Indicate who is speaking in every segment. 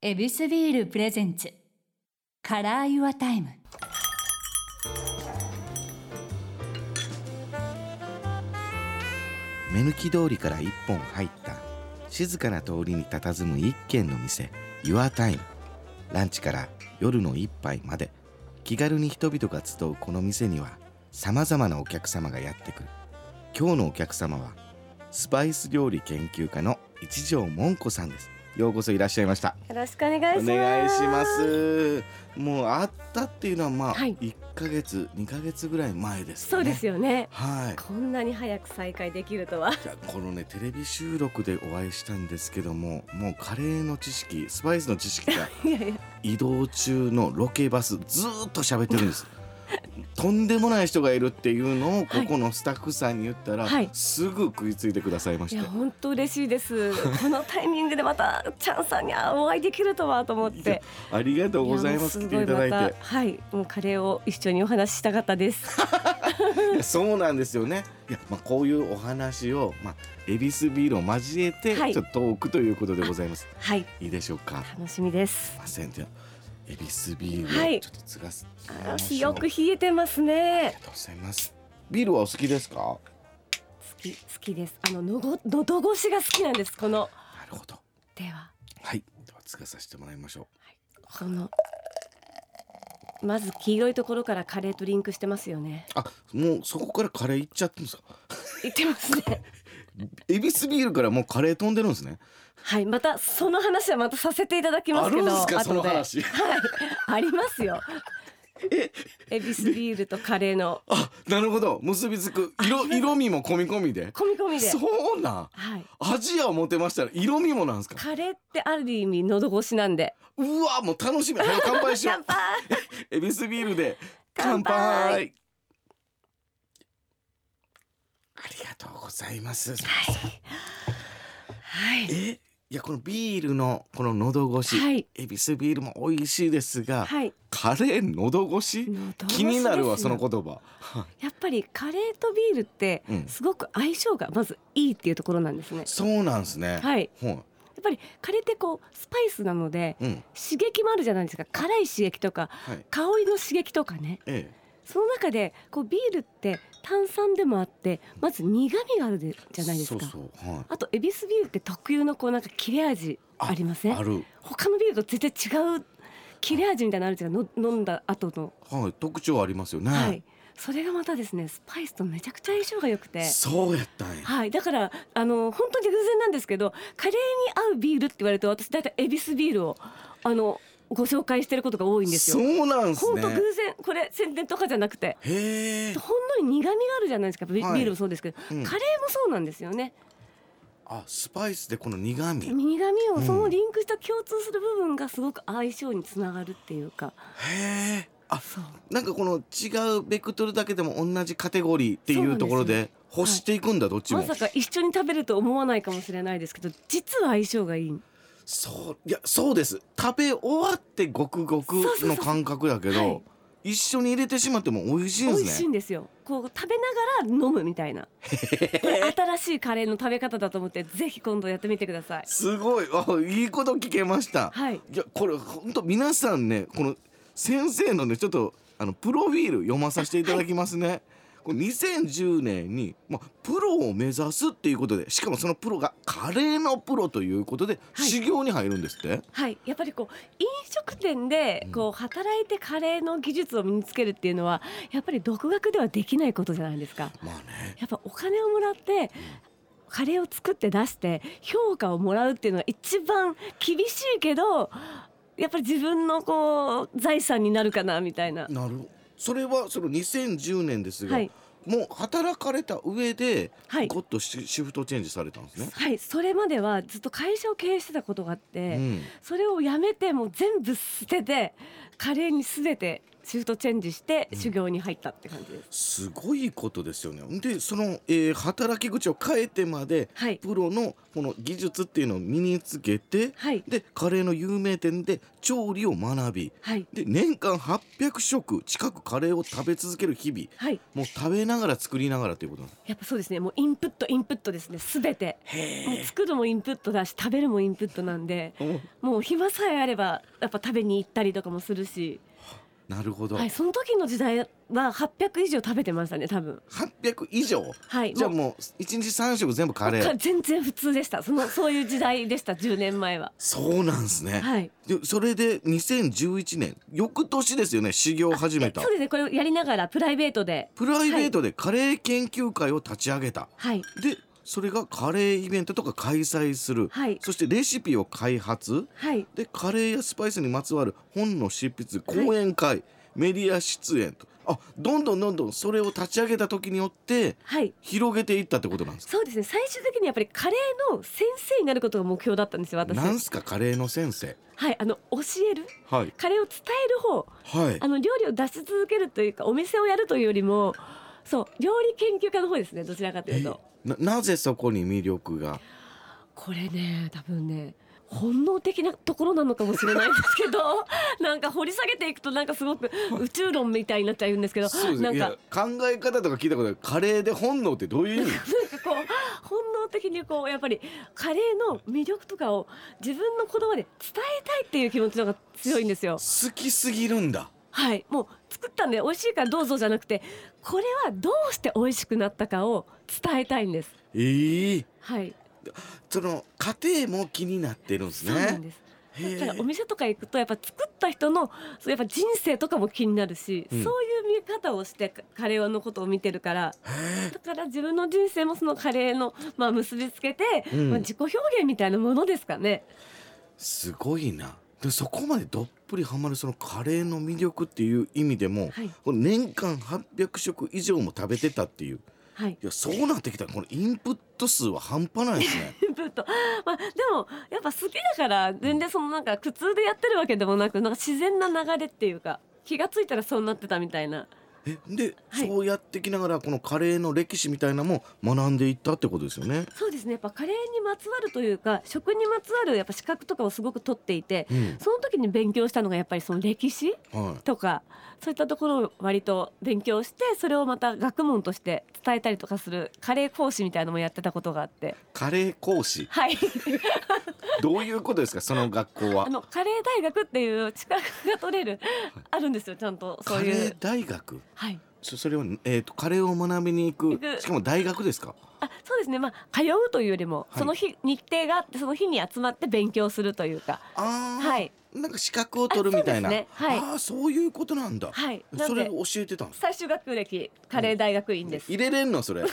Speaker 1: エビスビールプレゼンツカラーユアタイム
Speaker 2: 目抜き通りから一本入った静かな通りに佇む一軒の店 YourTime ランチから夜の一杯まで気軽に人々が集うこの店にはさまざまなお客様がやってくる今日のお客様はスパイス料理研究家の一条もんこさんですようこそいらっしゃいました
Speaker 3: よろしくお願いします。
Speaker 2: お願いしますもうあったっていうのはまあ
Speaker 3: はい
Speaker 2: 1ヶ月2ヶ月ぐらい前ですか
Speaker 3: そう
Speaker 2: ね
Speaker 3: ですよね。
Speaker 2: はい
Speaker 3: こんなに早く再開できるとは。
Speaker 2: いやこのねテレビ収録でお会いしたんですけどももうカレーの知識スパイスの知識が
Speaker 3: いやいや、
Speaker 2: 移動中のロケバスずーっと喋ってるんです とんでもない人がいるっていうのをここのスタッフさんに言ったら、
Speaker 3: はい
Speaker 2: すぐ食いついてくださいま
Speaker 3: い
Speaker 2: して
Speaker 3: や、本当嬉しいです。このタイミングでまた、チャンさんにお会いできるとはと思っ
Speaker 2: いや
Speaker 3: て。
Speaker 2: ありがとうございます
Speaker 3: や
Speaker 2: 来
Speaker 3: もうご
Speaker 2: ていただいて
Speaker 3: またはい、もうカレーを一緒にお話ししたかったです。
Speaker 2: いやそうなんですよねいや、まあ、こういうお話を、まあ、エビスビールを交えて
Speaker 3: はい
Speaker 2: ちょっとトークということでございます、
Speaker 3: はい、
Speaker 2: い、いでしょうか
Speaker 3: 楽しみです。
Speaker 2: ませんではエビスビ
Speaker 3: は
Speaker 2: ールを
Speaker 3: い
Speaker 2: ちょっとつがす、
Speaker 3: あーよく冷えてますね
Speaker 2: ありがとう。ございます。ビールはお好きですか。
Speaker 3: 好き、好きです。あの、のご、のど越しが好きなんです。この。
Speaker 2: なるほど。
Speaker 3: では、
Speaker 2: はい。ではつかさせてもらいましょ
Speaker 3: この。まず黄色いところからカレーとリンクしてますよね。
Speaker 2: う。あ、もうそこからカレーいっちゃってるんですか。
Speaker 3: 言ってますね。
Speaker 2: エビスビールからもうカレー飛んでるんですね。
Speaker 3: はい、またその話はまたさせていただきま
Speaker 2: あ
Speaker 3: すけ
Speaker 2: る
Speaker 3: ど、
Speaker 2: んですか
Speaker 3: 後
Speaker 2: その話。
Speaker 3: はい、ありますよ。え、エビスビールとカレーの
Speaker 2: あ、なるほど。結びつく色色味も込み込みで。
Speaker 3: 込み込みで、
Speaker 2: そうなん。
Speaker 3: はい、
Speaker 2: アジアを持てましたら色味もなんですか。
Speaker 3: カレーってある意味喉越しなんで。
Speaker 2: うわもう楽しみ。早く乾杯しよ
Speaker 3: 乾
Speaker 2: う。
Speaker 3: 杯。
Speaker 2: エビスビールで乾
Speaker 3: 乾杯
Speaker 2: 杯。ありがとうございます。
Speaker 3: はい、
Speaker 2: えいやこのビールのこの喉越し、
Speaker 3: はい
Speaker 2: エビスビールも美味しいですが、
Speaker 3: はい、
Speaker 2: カレー喉越し
Speaker 3: 喉越しです
Speaker 2: 気
Speaker 3: よ
Speaker 2: になるわその。言葉
Speaker 3: やっぱりカレーとビールって
Speaker 2: うん
Speaker 3: すごく相性がまずいいっていうところなんですね。
Speaker 2: そうなんですねい、
Speaker 3: はい、
Speaker 2: ほう
Speaker 3: やっぱりカレーってこうスパイスなので
Speaker 2: うん
Speaker 3: 刺激もあるじゃないですか。辛い刺激とか
Speaker 2: はい
Speaker 3: 香りの刺激とかね。
Speaker 2: え
Speaker 3: その中でこうビールって炭酸でもあってまず苦味があるで
Speaker 2: え
Speaker 3: じゃないですか
Speaker 2: そうそうは
Speaker 3: あとエビスビールって特有のこうなんか切れ味ありませ
Speaker 2: い
Speaker 3: ん
Speaker 2: ある
Speaker 3: 他のビールと全然違う切れ味みたいなのあるじゃんの飲んだ後の、
Speaker 2: はい特徴ありますよね、
Speaker 3: はい、それがまたですねスパイスとめちゃくちゃ相性が良くて。
Speaker 2: そうやったんや
Speaker 3: はい、だからあの本当に偶然なんですけどカレーに合うビールって言われると私大体エビスビールをあのご紹介してることが多いんですよ。
Speaker 2: そうなんです
Speaker 3: 本
Speaker 2: ね
Speaker 3: 当偶然これ宣伝とかじゃなくて
Speaker 2: へえ、
Speaker 3: ほんのり苦味があるじゃないですかビ,、
Speaker 2: はい
Speaker 3: ールもそうですけど、
Speaker 2: うん
Speaker 3: カレーもそうなんですよね
Speaker 2: あスパイスでこの苦味へ
Speaker 3: 苦味
Speaker 2: う
Speaker 3: を
Speaker 2: ん
Speaker 3: そのリンクした共通する部分がすごく相性につながるっていうか、
Speaker 2: えあ
Speaker 3: そう
Speaker 2: なんかこの違うベクトルだけでも同じカテゴリーってい
Speaker 3: そうな
Speaker 2: うん
Speaker 3: で
Speaker 2: と
Speaker 3: すよ
Speaker 2: ころで欲していくんだ、どっちも、
Speaker 3: まさか一緒に食べると思わないかもしれないですけど実は相性がいい
Speaker 2: そういやそうです食べ終わってごくごく
Speaker 3: そうそうそ
Speaker 2: の
Speaker 3: う
Speaker 2: 感覚だけど
Speaker 3: はい
Speaker 2: 一緒に入れてしまっても美味しい
Speaker 3: 美
Speaker 2: ん
Speaker 3: 味
Speaker 2: です
Speaker 3: しい
Speaker 2: ね
Speaker 3: んですよこう食べながら飲むみ たいなこれ新しいカレーの食べ方だと思ってぜひ今度やってみてください
Speaker 2: すごいあいいこと聞けました、
Speaker 3: はい
Speaker 2: いやこれ本当皆さんねこの先生のねちょっとあのプロフィール読まさせていただきますね、これ2010年に、まあ、プロを目指すっていうことでしかもそのプロがカレーのプロということで、
Speaker 3: はい
Speaker 2: 修行に入るんですって
Speaker 3: はい、やっぱりこう飲食店でこう働いてカレーの技術を身につけるっていうのはやっぱり独学ではできないことじゃないですか。
Speaker 2: まあね
Speaker 3: やっぱお金をもらってカレーを作って出して評価をもらうっていうのが一番厳しいけどやっぱり自分のこう財産になるかなみたいな。
Speaker 2: なるそれはその2010年ですが、
Speaker 3: はい
Speaker 2: もう働かれた上で、
Speaker 3: はい
Speaker 2: ゴッとシシフトチェンジされたんですね。
Speaker 3: はい、それまではずっと会社を経営してたことがあって、
Speaker 2: うん、
Speaker 3: それをやめてもう全部捨ててカレーに全てシフトチェンジして修行に入ったって感じです。
Speaker 2: すごいことですよね。でその、えー働き口を変えてまで
Speaker 3: はい
Speaker 2: プロのこの技術っていうのを身につけて、
Speaker 3: はい
Speaker 2: でカレーの有名店で調理を学び
Speaker 3: はい
Speaker 2: で年間800食近くカレーを食べ続ける日々
Speaker 3: はい
Speaker 2: もう食べながら作りながらということなんです
Speaker 3: やっぱそうですねもうインプットインプットですねすべてもう作るもインプットだし食べるもインプットなんでもう暇さえあればやっぱ食べに行ったりとかもするし、
Speaker 2: なるほど、
Speaker 3: はい、その時の時代は800以上食べてましたね多分
Speaker 2: 800以上
Speaker 3: はい
Speaker 2: じゃあ
Speaker 3: もう
Speaker 2: もう1日3食全部カレー
Speaker 3: 全然普通でしたそのそういう時代でした10年前は
Speaker 2: そうなんですね、
Speaker 3: はい
Speaker 2: でそれで2011年翌年ですよね修行を始めた
Speaker 3: そうですねこれをやりながらプライベートで
Speaker 2: プライベートでカレー研究会を立ち上げた、
Speaker 3: はい
Speaker 2: でそれがカレーイベントとか開催する、
Speaker 3: はい
Speaker 2: そしてレシピを開発
Speaker 3: はい
Speaker 2: でカレーやスパイスにまつわる本の執筆講演会、メディア出演とあどんどんどんどんそれを立ち上げた時によって
Speaker 3: はい
Speaker 2: 広げていったってことなんですか
Speaker 3: そうですね最終的にやっぱりカレーの先生になることが目標だったんですよ私
Speaker 2: なんすかカレーの先生
Speaker 3: はいあの教える
Speaker 2: はい
Speaker 3: カレーを伝える方
Speaker 2: はい
Speaker 3: あの料理を出し続けるというかお店をやるというよりもそう料理研究家の方ですねどちらかというと
Speaker 2: ななぜそこに魅力が
Speaker 3: これね多分ね本能的なところなのかもしれないんですけど なんか掘り下げていくとなんかすごく宇宙論みたいになっちゃうんですけど
Speaker 2: そうです
Speaker 3: な
Speaker 2: ね
Speaker 3: ん
Speaker 2: い
Speaker 3: か
Speaker 2: や考え方とか聞いたことあるカレーで本能ってどういう意 味
Speaker 3: なんかこう本能的にこうやっぱりカレーの魅力とかを自分の言葉で伝えたいっていう気持ちの方が強いんですよ。
Speaker 2: 好きすぎるんだ
Speaker 3: はい、もう作ったんで美味しいからどうぞじゃなくてこれはどうして美味しくなったかを伝えたいんです。
Speaker 2: えー、
Speaker 3: はい、
Speaker 2: その過程も気になってるんです
Speaker 3: そうなん
Speaker 2: ね
Speaker 3: です。
Speaker 2: へえ
Speaker 3: だからお店とか行くとやっぱ作った人のそうやっぱ人生とかも気になるし、
Speaker 2: うん
Speaker 3: そういう見方をしてカレーのことを見てるからだから自分の人生もそのカレーの、まあ、結びつけて、
Speaker 2: うん
Speaker 3: まあ、自己表現みたいなものですかね。
Speaker 2: すごいなでそこまでどっぷりハマるそのカレーの魅力っていう意味でも、
Speaker 3: はい
Speaker 2: この年間800食以上も食べてたっていう
Speaker 3: はい
Speaker 2: いやそうなってきたらこのインプット数は半端ないです ね
Speaker 3: ぶっとまあ、でもやっぱ好きだから全然そのなんか苦痛でやってるわけでもなくなんか自然な流れっていうか気がついたらそうなってたみたいな
Speaker 2: えで、
Speaker 3: はい
Speaker 2: そうやってきながらこのカレーの歴史みたいなのも学んでいったってことですよね
Speaker 3: そうですねやっぱカレーにまつわるというか食にまつわるやっぱ資格とかをすごく取っていて、
Speaker 2: うん
Speaker 3: その時に勉強したのがやっぱりその歴史
Speaker 2: はい
Speaker 3: とかそういったところを割と勉強してそれをまた学問として伝えたりとかするカレー講師みたいのもやってたことがあって
Speaker 2: カレー講師
Speaker 3: はい
Speaker 2: どういうことですかその学校は
Speaker 3: あのカレー大学っていう資格が取れるあるんですよちゃんとそ
Speaker 2: カ
Speaker 3: う
Speaker 2: レ
Speaker 3: いう
Speaker 2: ー。大学
Speaker 3: はい
Speaker 2: そそれは、えー、とカレーを学びに行く
Speaker 3: 行く
Speaker 2: しかも大学ですか
Speaker 3: あそうですね、まあ、通うというよりも、
Speaker 2: はい
Speaker 3: その日日程があってその日に集まって勉強するというか
Speaker 2: ああ、
Speaker 3: はい
Speaker 2: なんか資格を取るみたいな
Speaker 3: あそうですねはい
Speaker 2: ああそういうことなんだ、
Speaker 3: はいな
Speaker 2: そ
Speaker 3: ん
Speaker 2: れ
Speaker 3: で
Speaker 2: を教えてたんですか
Speaker 3: 最終学歴カレー大学院です、
Speaker 2: 入れれんのそれ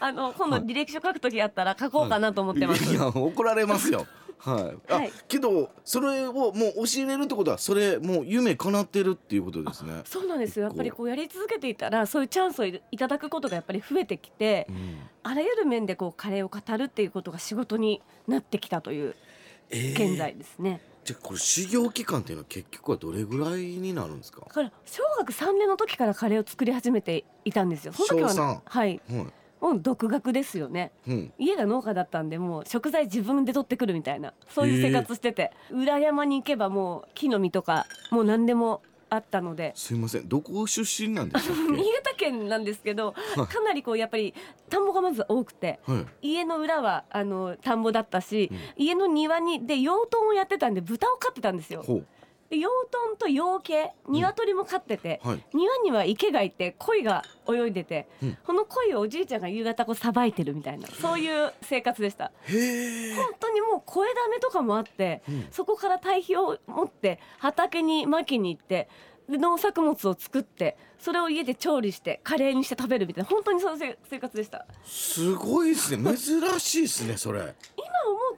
Speaker 3: あの今度履歴書書く時あったら書こうかなと思ってます、
Speaker 2: いや怒られますよはい、あ
Speaker 3: はい
Speaker 2: けどそれをもう教えれるってことはそれもう夢叶ってるっていうことですね
Speaker 3: そうなんですよやっぱりこうやり続けていたらそういうチャンスをいただくことがやっぱり増えてきて、
Speaker 2: うん
Speaker 3: あらゆる面でこうカレーを語るっていうことが仕事になってきたという
Speaker 2: えー
Speaker 3: 現在ですね、
Speaker 2: じゃあこれ修行期間っていうのは結局はどれぐらいになるんですか
Speaker 3: だから小学3年の時からカレーを作り始めていたんですよその時
Speaker 2: 小三
Speaker 3: は、はい
Speaker 2: は
Speaker 3: もう独学ですよね
Speaker 2: い、うん、
Speaker 3: 家が農家だったんでもう食材自分で取ってくるみたいなそういう生活してて、裏山に行けばもう木の実とかもう何でもあったので
Speaker 2: すいませんどこ出身なんですか
Speaker 3: 新潟県なんですけ どかなりこうやっぱり田んぼがまず多くて
Speaker 2: はい
Speaker 3: 家の裏はあの田んぼだったし、
Speaker 2: うん
Speaker 3: 家の庭にで養豚をやってたんで豚を飼ってたんですよ。
Speaker 2: ほう
Speaker 3: で養豚と養鶏鶏も飼ってて、
Speaker 2: はい
Speaker 3: 庭には池がいて鯉が泳いでて、
Speaker 2: うん
Speaker 3: この鯉をおじいちゃんが夕方こうさばいてるみたいなそういう生活でした。
Speaker 2: へえ
Speaker 3: 本当にもう声だめとかもあって、
Speaker 2: うん
Speaker 3: そこから堆肥を持って畑にまきに行ってで農作物を作ってそれを家で調理してカレーにして食べるみたいな本当にそういうせ生活でした
Speaker 2: すごいですね珍しいですねそれ
Speaker 3: 今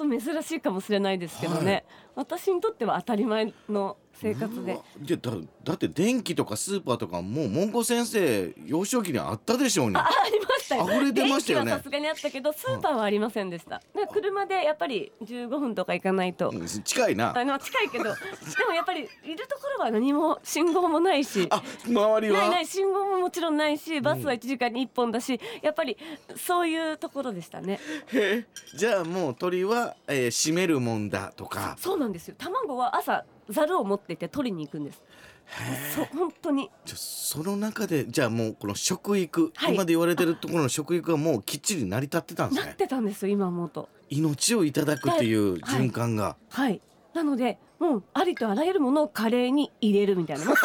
Speaker 3: 思うと珍しいかもしれないですけどね、
Speaker 2: はい
Speaker 3: 私にとっては当たり前の生活
Speaker 2: う
Speaker 3: で
Speaker 2: わいやだだって電気とかスーパーとかもう文庫先生幼少期にはあったでしょうに
Speaker 3: あありましったよ
Speaker 2: 溢れてましたよね
Speaker 3: 電気はさすがにあったけどスーパーはありませんでした、だから車でやっぱり15分とか行かないと、
Speaker 2: うん近いな
Speaker 3: あの近いけどでもやっぱりいるところは何も信号もないし
Speaker 2: あ周りは
Speaker 3: ないない信号ももちろんないしバスは1時間に1本だし、やっぱりそういうところでしたね
Speaker 2: へえじゃあもう鳥は、えー、閉めるもんだとか
Speaker 3: そうなんですよ卵は朝ザルを持っていて取りに行くんですそう本当に
Speaker 2: じゃあその中でじゃあもうこの食育、
Speaker 3: はい
Speaker 2: 今で言われてるところの食育がもうきっちり成り立ってたんです
Speaker 3: なっ
Speaker 2: ね
Speaker 3: てたんですよ今思うと
Speaker 2: 命をいただくっていう
Speaker 3: はいはい
Speaker 2: 循環が、
Speaker 3: はいなのでもうありとあらゆるものをカレーに入れるみた いなそこか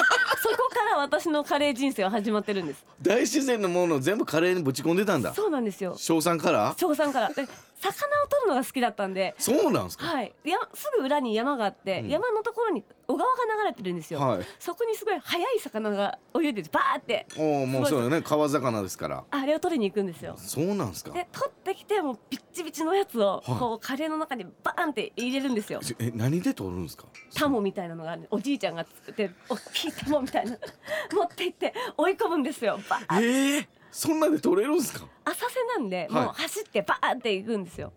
Speaker 3: ら私のカレー人生は始まってるんです
Speaker 2: 大自然のものを全部カレーにぶち込んでたんだ
Speaker 3: そうなんですよ
Speaker 2: 賞賛から
Speaker 3: 長さんからで魚を取るのが好きだったんで
Speaker 2: そうなんですか
Speaker 3: はい、やすぐ裏に山があって、
Speaker 2: うん
Speaker 3: 山のところに小川が流れてるんですよ、
Speaker 2: はい
Speaker 3: そこにすごい速い魚が泳いでてバーって
Speaker 2: おおもう
Speaker 3: す
Speaker 2: そ
Speaker 3: ご
Speaker 2: う
Speaker 3: い
Speaker 2: よね川魚ですから
Speaker 3: あれを取りに行くんですよ
Speaker 2: そうなんですか
Speaker 3: で取ってきてもうピッチピチのやつ
Speaker 2: は
Speaker 3: を
Speaker 2: い
Speaker 3: こうカレーの中にバーンって入れるんですよ
Speaker 2: じえ何で取るんですか
Speaker 3: タモみたいなのがあるおじいちゃんが作ってる大きいタモみ たいな持って行って追い込むんですよバーン
Speaker 2: ええそんなんで取れるんですか
Speaker 3: 浅瀬なんで、
Speaker 2: はい
Speaker 3: もう走ってバーンって行くんですよ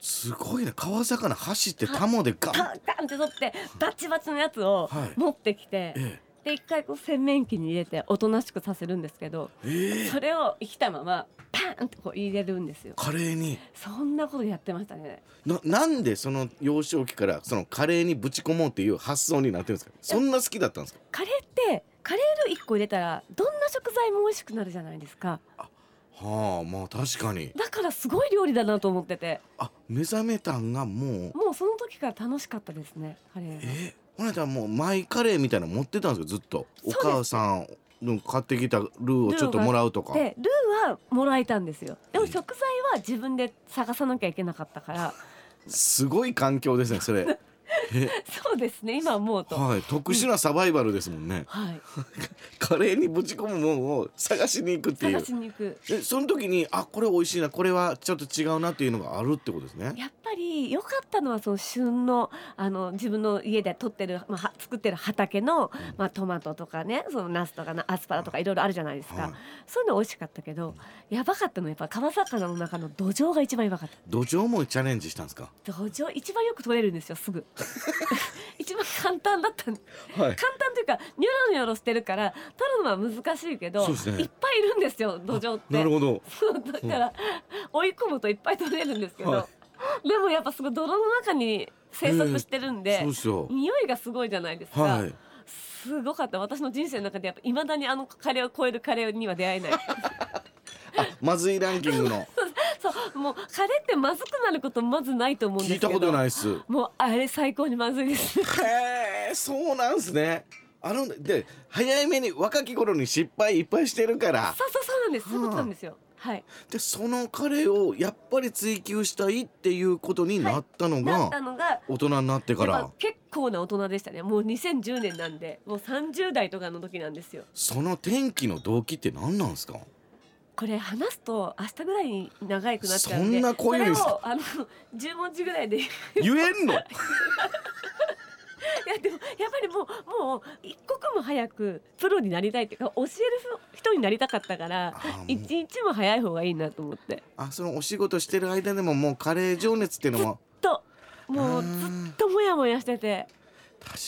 Speaker 2: すごいな川魚走ってタモでガン、
Speaker 3: ガンガンって取ってバチバチのやつを
Speaker 2: はい
Speaker 3: 持ってきて、
Speaker 2: え
Speaker 3: で一回こう洗面器に入れておとなしくさせるんですけど
Speaker 2: えええ
Speaker 3: それを生きたままパーンとこう入れるんですよ
Speaker 2: カレーに
Speaker 3: そんなことやってましたね
Speaker 2: ななんでその幼少期からそのカレーにぶち込もうっていう発想になってるんですかそんな好きだったんですか
Speaker 3: カレーってカレールー1個入れたらどんな食材も美味しくなるじゃないですか
Speaker 2: はあまあ確かに
Speaker 3: だからすごい料理だなと思ってて
Speaker 2: あ目覚めたんがもう
Speaker 3: もうその時から楽しかったですねカレーが
Speaker 2: えほなちゃんもうマイカレーみたいなの持ってたんですよずっとお
Speaker 3: そうです
Speaker 2: 母さんの買ってきたルーをちょっともらうとか
Speaker 3: でルーはもらえたんですよでも
Speaker 2: ええ
Speaker 3: 食材は自分で探さなきゃいけなかったから
Speaker 2: すごい環境ですねそれ
Speaker 3: そうですね今思うと
Speaker 2: はい特殊なサバイバルですもんね
Speaker 3: はい
Speaker 2: カレーにぶち込むものを探しに行くっていう
Speaker 3: 探しに行く
Speaker 2: えその時にあこれ美味しいなこれはちょっと違うなっていうのがあるってことですね
Speaker 3: やっぱり良かったのはその旬のあの自分の家で取ってる、まあ、は作ってる畑の、まあ、トマトとかねそのナスとかなアスパラとかいろいろあるじゃないですか、
Speaker 2: はい
Speaker 3: そういうの美味しかったけどやばかったのはやっぱ川魚の中の土壌が一番やばかった
Speaker 2: 土壌もチャレンジしたんですか
Speaker 3: 土壌一番よく取れるんですよ すぐ一番簡単だったん
Speaker 2: はい
Speaker 3: 簡単というかニョロニョロしてるから取るのは難しいけど、
Speaker 2: そうですね
Speaker 3: いっぱいいるんですよ土壌って
Speaker 2: なるほど
Speaker 3: そうだから追い込むといっぱい取れるんですけど、
Speaker 2: は
Speaker 3: でもやっぱすごい泥の中に生息してるんで、
Speaker 2: そうですよ
Speaker 3: 匂いがすごいじゃないですか、
Speaker 2: はい
Speaker 3: すごかった私の人生の中でやっぱ未だにあのカレーを超えるカレーには 出会えない
Speaker 2: あまずいランキング の
Speaker 3: そうもうカレーってまずくなることまずないと思うん
Speaker 2: 聞い
Speaker 3: ですけ
Speaker 2: たこ
Speaker 3: ど
Speaker 2: とないいっす
Speaker 3: もうあれ最高にまずいです
Speaker 2: へえそうなんすねあので早めに若き頃に失敗いっぱいしてるから
Speaker 3: そうそうそうなんですそういうことなんですよはい
Speaker 2: でその彼をやっぱり追求したいっていうことになったの
Speaker 3: な
Speaker 2: が
Speaker 3: ったのが
Speaker 2: 大人になってか
Speaker 3: やっ
Speaker 2: ら
Speaker 3: ぱ結構な大人でしたねもう2010年なんでもう30代とかの時なんですよ
Speaker 2: その転機の動機って何なん ですか
Speaker 3: これ話すと明日ぐらいに長くなっちゃうん
Speaker 2: そ
Speaker 3: で
Speaker 2: んな濃いんです
Speaker 3: それ
Speaker 2: か
Speaker 3: をあの10文字ぐらいでいや
Speaker 2: 言えんの
Speaker 3: でもやっぱりもうもう一刻も早くプロになりたいっていうか教える人になりたかったから
Speaker 2: あもう
Speaker 3: 一日も早い方がいいなと思って
Speaker 2: あそのお仕事してる間でももうカレー情熱っていうのも
Speaker 3: ともう
Speaker 2: あ
Speaker 3: ず
Speaker 2: ー
Speaker 3: っとモヤモヤしてて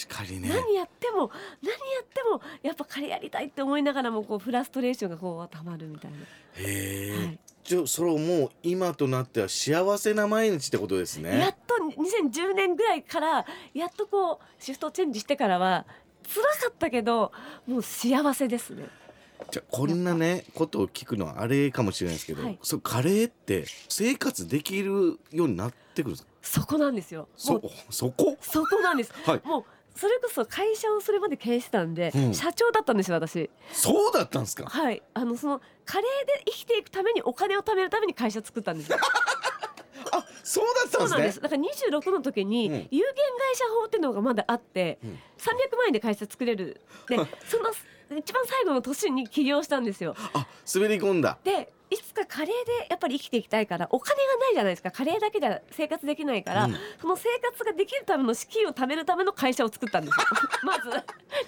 Speaker 2: 確かにね
Speaker 3: 何やっても何やってもやっぱ彼やりたいって思いながらもこうフラストレーションがこうたまるみたいな。
Speaker 2: へえ、
Speaker 3: はい
Speaker 2: じゃあそれをもう今となっては幸せな毎日ってことですね
Speaker 3: やっと2010年ぐらいからやっとこうシフトチェンジしてからは辛かったけどもう幸せですね
Speaker 2: じゃあこんなねことを聞くのはあれかもしれないですけど、
Speaker 3: はい
Speaker 2: そうカレーって生活できるようになってくるんですか
Speaker 3: そこなんですよも
Speaker 2: そうそこ
Speaker 3: そこなんです
Speaker 2: はい
Speaker 3: もうそれこそ会社をそれまで経営してたんで、
Speaker 2: うん
Speaker 3: 社長だったんですよ私
Speaker 2: そうだったんですか
Speaker 3: はいあのそのカレーで生きていくためにお金を貯めるために会社作ったんですよ
Speaker 2: あ そうだったんで
Speaker 3: そう
Speaker 2: す
Speaker 3: なん
Speaker 2: ね
Speaker 3: ですだから26の時に
Speaker 2: うん
Speaker 3: 有限会社法っていうのがまだあって、
Speaker 2: うん
Speaker 3: 300万円で会社作れる でその一番最後の年に起業したんですよ
Speaker 2: あ滑り込んだ
Speaker 3: でいつかカレーでやっぱり生きていきたいからお金がないじゃないですかカレーだけじゃ生活できないから、
Speaker 2: うん
Speaker 3: その生活ができるための資金を貯めるための会社を作ったん ですよまず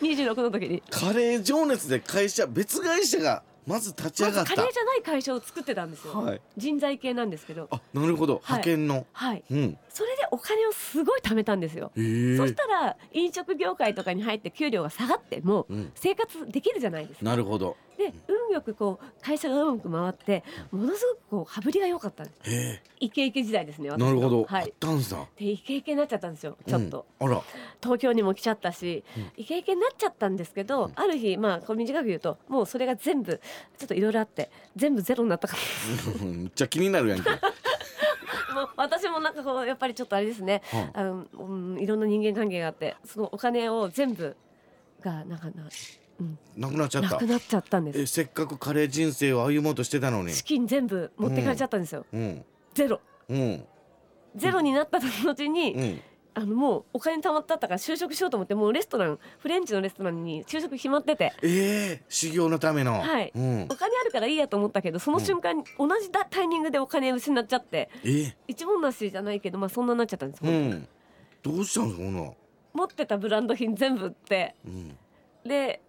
Speaker 3: 26の時に
Speaker 2: カレー情熱で会社別会社がまず立ち
Speaker 3: ま
Speaker 2: 上が
Speaker 3: ず
Speaker 2: った
Speaker 3: カレーじゃない会社を作ってたんですよ、
Speaker 2: はい
Speaker 3: 人材系なんですけど
Speaker 2: あなるほど
Speaker 3: は
Speaker 2: 派
Speaker 3: い
Speaker 2: 遣の、
Speaker 3: はい
Speaker 2: うん
Speaker 3: それでお金をすごい貯めたんですよ、
Speaker 2: へ
Speaker 3: そ
Speaker 2: え
Speaker 3: したら飲食業界とかに入って給料が下がっても
Speaker 2: うん
Speaker 3: 生活できるじゃないですか
Speaker 2: なるほど
Speaker 3: で運よくこう会社がうまく回ってものすごくこう羽振りが良かったんです
Speaker 2: へ
Speaker 3: イケイケ時代ですね
Speaker 2: え
Speaker 3: 私の
Speaker 2: なるほど、
Speaker 3: は
Speaker 2: あっ
Speaker 3: い
Speaker 2: たんさ
Speaker 3: でイケイケになっちゃったんですよちょっと、、
Speaker 2: うんあら
Speaker 3: 東京にも来ちゃったし、
Speaker 2: うん
Speaker 3: イケイケになっちゃったんですけど、
Speaker 2: うん
Speaker 3: ある日まあこう短く言うともうそれが全部ちょっといろいろあって全部ゼロになったか
Speaker 2: めっちゃ気になるやんけ、は
Speaker 3: ら もう私もなんかこうやっぱりちょっとあれですね
Speaker 2: あ
Speaker 3: あの、うん、いろんな人間関係があってそのお金を全部がなんかな
Speaker 2: なくなっちゃっ
Speaker 3: な
Speaker 2: た
Speaker 3: くなっちゃったんで
Speaker 2: えせっかくカレー人生を歩もうとしてたのに
Speaker 3: す資金全部持ってかれちゃったんですよ、
Speaker 2: うん
Speaker 3: ゼロ
Speaker 2: うん
Speaker 3: ゼロになった後に、
Speaker 2: うん
Speaker 3: あのもうお金貯まったったから就職しようと思ってもうレストランフレンチのレストランに就職決まってて
Speaker 2: ええ修行のための
Speaker 3: はい
Speaker 2: うん
Speaker 3: お、金あるからいいやと思ったけどその瞬間に同じだタイミングでお金失っちゃって
Speaker 2: え
Speaker 3: 一文なしじゃないけどまあそんなになっちゃったんです、
Speaker 2: うんどうしたのそんな
Speaker 3: 持ってたブランド品全部売って
Speaker 2: うん
Speaker 3: で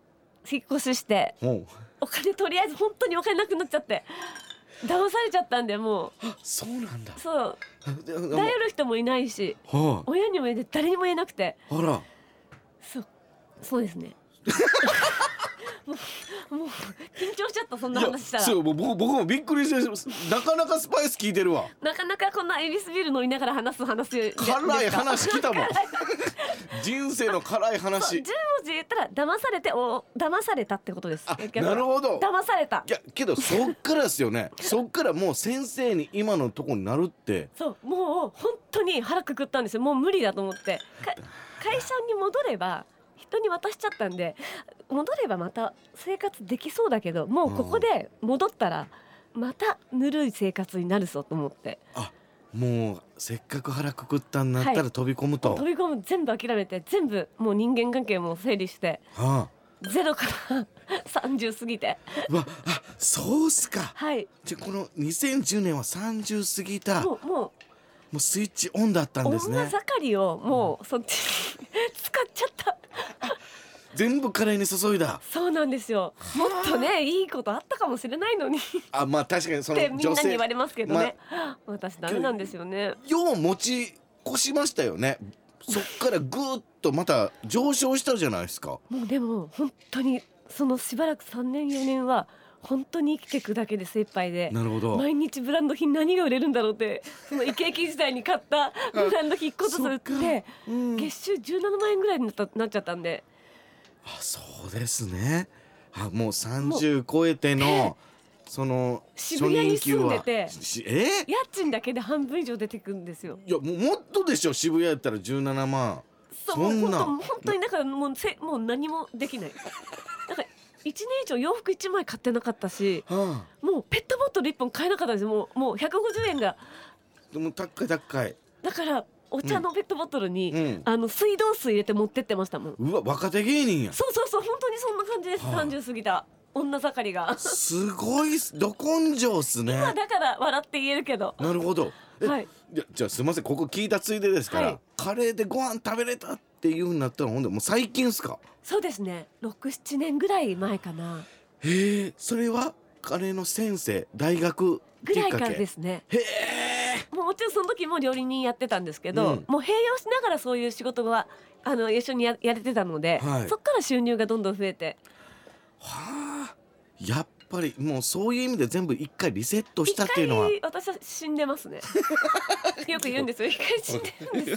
Speaker 3: 引っ越しして
Speaker 2: ほう
Speaker 3: お金とりあえず本当にお金なくなっちゃって騙されちゃったんでも
Speaker 2: あそうなんだ
Speaker 3: うそう
Speaker 2: で あ
Speaker 3: 頼る人もいないし
Speaker 2: は
Speaker 3: 親にも言えて誰にも言えなくて
Speaker 2: いあら
Speaker 3: そうそうで すねもうもう緊張しちゃったそんない
Speaker 2: や
Speaker 3: 話したら
Speaker 2: そうぼ僕僕もびっくりしてなかなかスパイス効いてるわ
Speaker 3: なかなかこんなエビスビール飲みながら話す話で
Speaker 2: 辛 い
Speaker 3: ですか
Speaker 2: 話来たもん人生の辛い
Speaker 3: そう10
Speaker 2: 話
Speaker 3: 文字言ったら騙されてお騙されたってことです
Speaker 2: あ
Speaker 3: 逆に
Speaker 2: なるほど
Speaker 3: 騙された
Speaker 2: いやけどそっからですよ ねそっからもう先生に今のとこになるって
Speaker 3: そうもう本当に腹くくったんですよもう無理だと思ってか会社に戻れば人に渡しちゃったんで戻ればまた生活できそうだけどもうここで戻ったらまたぬるい生活になるぞと思って
Speaker 2: もうせっかく腹くくったんなった
Speaker 3: は
Speaker 2: ら飛び込むと、
Speaker 3: 飛び込む全部諦めて全部もう人間関係も整理して
Speaker 2: は
Speaker 3: ゼロから 30過ぎて
Speaker 2: あ、うわあそうっすか
Speaker 3: はい
Speaker 2: じゃあこの2010年は30過ぎたも
Speaker 3: もうもう
Speaker 2: うスイッチオンだったんです
Speaker 3: 女
Speaker 2: ね
Speaker 3: 盛りをもうそっちに使っちゃった
Speaker 2: 全部カレーに注いだ
Speaker 3: そうなんですよもっとねいいことあったかもしれないのにっ
Speaker 2: あまあ確かにその
Speaker 3: てみん
Speaker 2: 女
Speaker 3: なに
Speaker 2: 性
Speaker 3: 言われますけどね、私ダメなんですよね
Speaker 2: よう持ち越しましたよねそっからぐーっとまた上昇したじゃないですか
Speaker 3: もうでも本当にそのしばらく3年4年は本当に生きていくだけで精一杯で
Speaker 2: なるほど
Speaker 3: 毎日ブランド品何が売れるんだろうってそのイケイケ時代に買 ったブランド品1個ずつ売っ
Speaker 2: そ
Speaker 3: て
Speaker 2: うん
Speaker 3: 月収17万円ぐらいになったなっちゃったんで
Speaker 2: あそうですねあもう30超えてのその初
Speaker 3: 渋谷
Speaker 2: 任
Speaker 3: に
Speaker 2: 給
Speaker 3: 住んで
Speaker 2: は
Speaker 3: て
Speaker 2: しえ
Speaker 3: 家賃だけで半分以上出てくるんですよ。
Speaker 2: いやもうもっとでしょ渋谷やったら17万
Speaker 3: そう
Speaker 2: そんな
Speaker 3: もう本当本当にだからもうせもう何もできない。なんか一年以上洋服一枚買ってなかったし、
Speaker 2: は
Speaker 3: もうペットボトル一本買えなかったんですよ。もうもう百五十円が
Speaker 2: あでも高い高い
Speaker 3: だからお茶のペットボトルに、
Speaker 2: うん
Speaker 3: あの水道水入れて持ってってましたもん。
Speaker 2: うわ若手芸人や
Speaker 3: そうそうそう本当にそんな感じです。
Speaker 2: はあ
Speaker 3: 三十過ぎた女盛 りが。
Speaker 2: すごいっすど根性っすね
Speaker 3: まあだから笑って言えるけど。
Speaker 2: なるほどえ
Speaker 3: はい。
Speaker 2: じゃじゃあすみませんここ聞いたついでですから、
Speaker 3: はい
Speaker 2: カレーでご飯食べれたっていうふうになったのほんでもう最近っすか
Speaker 3: そうですね。六七年ぐらい前かな
Speaker 2: へえそれはカレーの先生大学
Speaker 3: ぐ
Speaker 2: きっ
Speaker 3: らい
Speaker 2: か
Speaker 3: から
Speaker 2: け
Speaker 3: ですね。
Speaker 2: へえ
Speaker 3: もうもちろんその時も料理人やってたんですけど、
Speaker 2: うん
Speaker 3: もう併用しながらそういう仕事はあの一緒にややれてたので、
Speaker 2: はい
Speaker 3: そっから収入がどんどん増えて
Speaker 2: はあやっぱりもうそういう意味で全部一回リセットし
Speaker 3: 一
Speaker 2: たっ
Speaker 3: 回
Speaker 2: ていうのは
Speaker 3: 私は死んでますね よく言うんですよ一回死んでるんで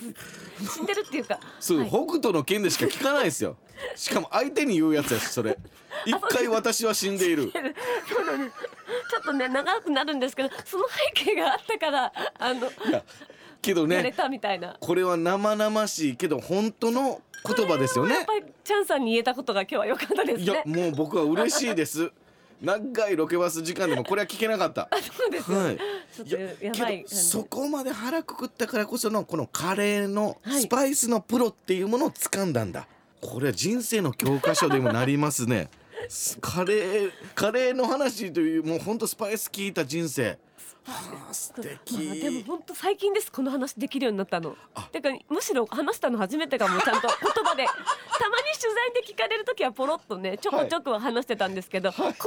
Speaker 3: す死んでるっていうか
Speaker 2: そう、
Speaker 3: はい
Speaker 2: 北斗の剣でしか聞かないですよしかも相手に言うやつやしそ れ一回私は死んでいる
Speaker 3: そうなんですちょっとね長くなるんですけどその背景があったからあの、
Speaker 2: いやけど
Speaker 3: やれ
Speaker 2: ね
Speaker 3: たみたいな
Speaker 2: これは生々しいけど本当の言葉ですよ
Speaker 3: や
Speaker 2: ね
Speaker 3: っぱりチャンさんに言えたことが今日は良かったです
Speaker 2: いや
Speaker 3: ね
Speaker 2: もう僕は嬉しい です長いロケバス時間でもこれは聞けなかった
Speaker 3: あそうですよ、
Speaker 2: はい
Speaker 3: ちょっとややばい
Speaker 2: け
Speaker 3: 感
Speaker 2: ど
Speaker 3: じ
Speaker 2: そこまで腹くくったからこそのこのカレーの
Speaker 3: はい
Speaker 2: スパイスのプロっていうものを掴んだんだ、これは人生の教科書でもなります ねすカレーカレーの話というもうほんとスパイス効いた人生はあ素
Speaker 3: まあ、でも
Speaker 2: 敵
Speaker 3: 本当最近ですこの話できるようになったの
Speaker 2: あ
Speaker 3: だからむしろ話したの初めてかもちゃん と言葉でたまに取材で聞かれる時はポロッとねちょこちょこは話してたんですけど、こんな言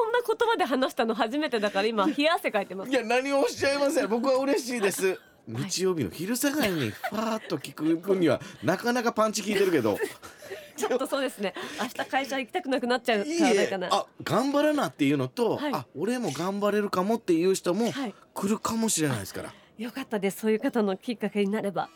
Speaker 3: 葉で話したの初めてだから今冷や汗かい てます
Speaker 2: いや何をおっしゃいません僕は嬉しいです日曜日の昼下がりにファーッと聞く分にはなかなかパンチ効いてるけど
Speaker 3: ちょっとそうですね明日会社行きたくなくなっちゃう
Speaker 2: い
Speaker 3: じ
Speaker 2: い
Speaker 3: ゃない
Speaker 2: え
Speaker 3: かな
Speaker 2: あ頑張らなっていうのと、
Speaker 3: はい
Speaker 2: あ俺も頑張れるかもっていう人も
Speaker 3: はい
Speaker 2: 来るかもしれないですから、
Speaker 3: よかったですそういう方のきっかけになれば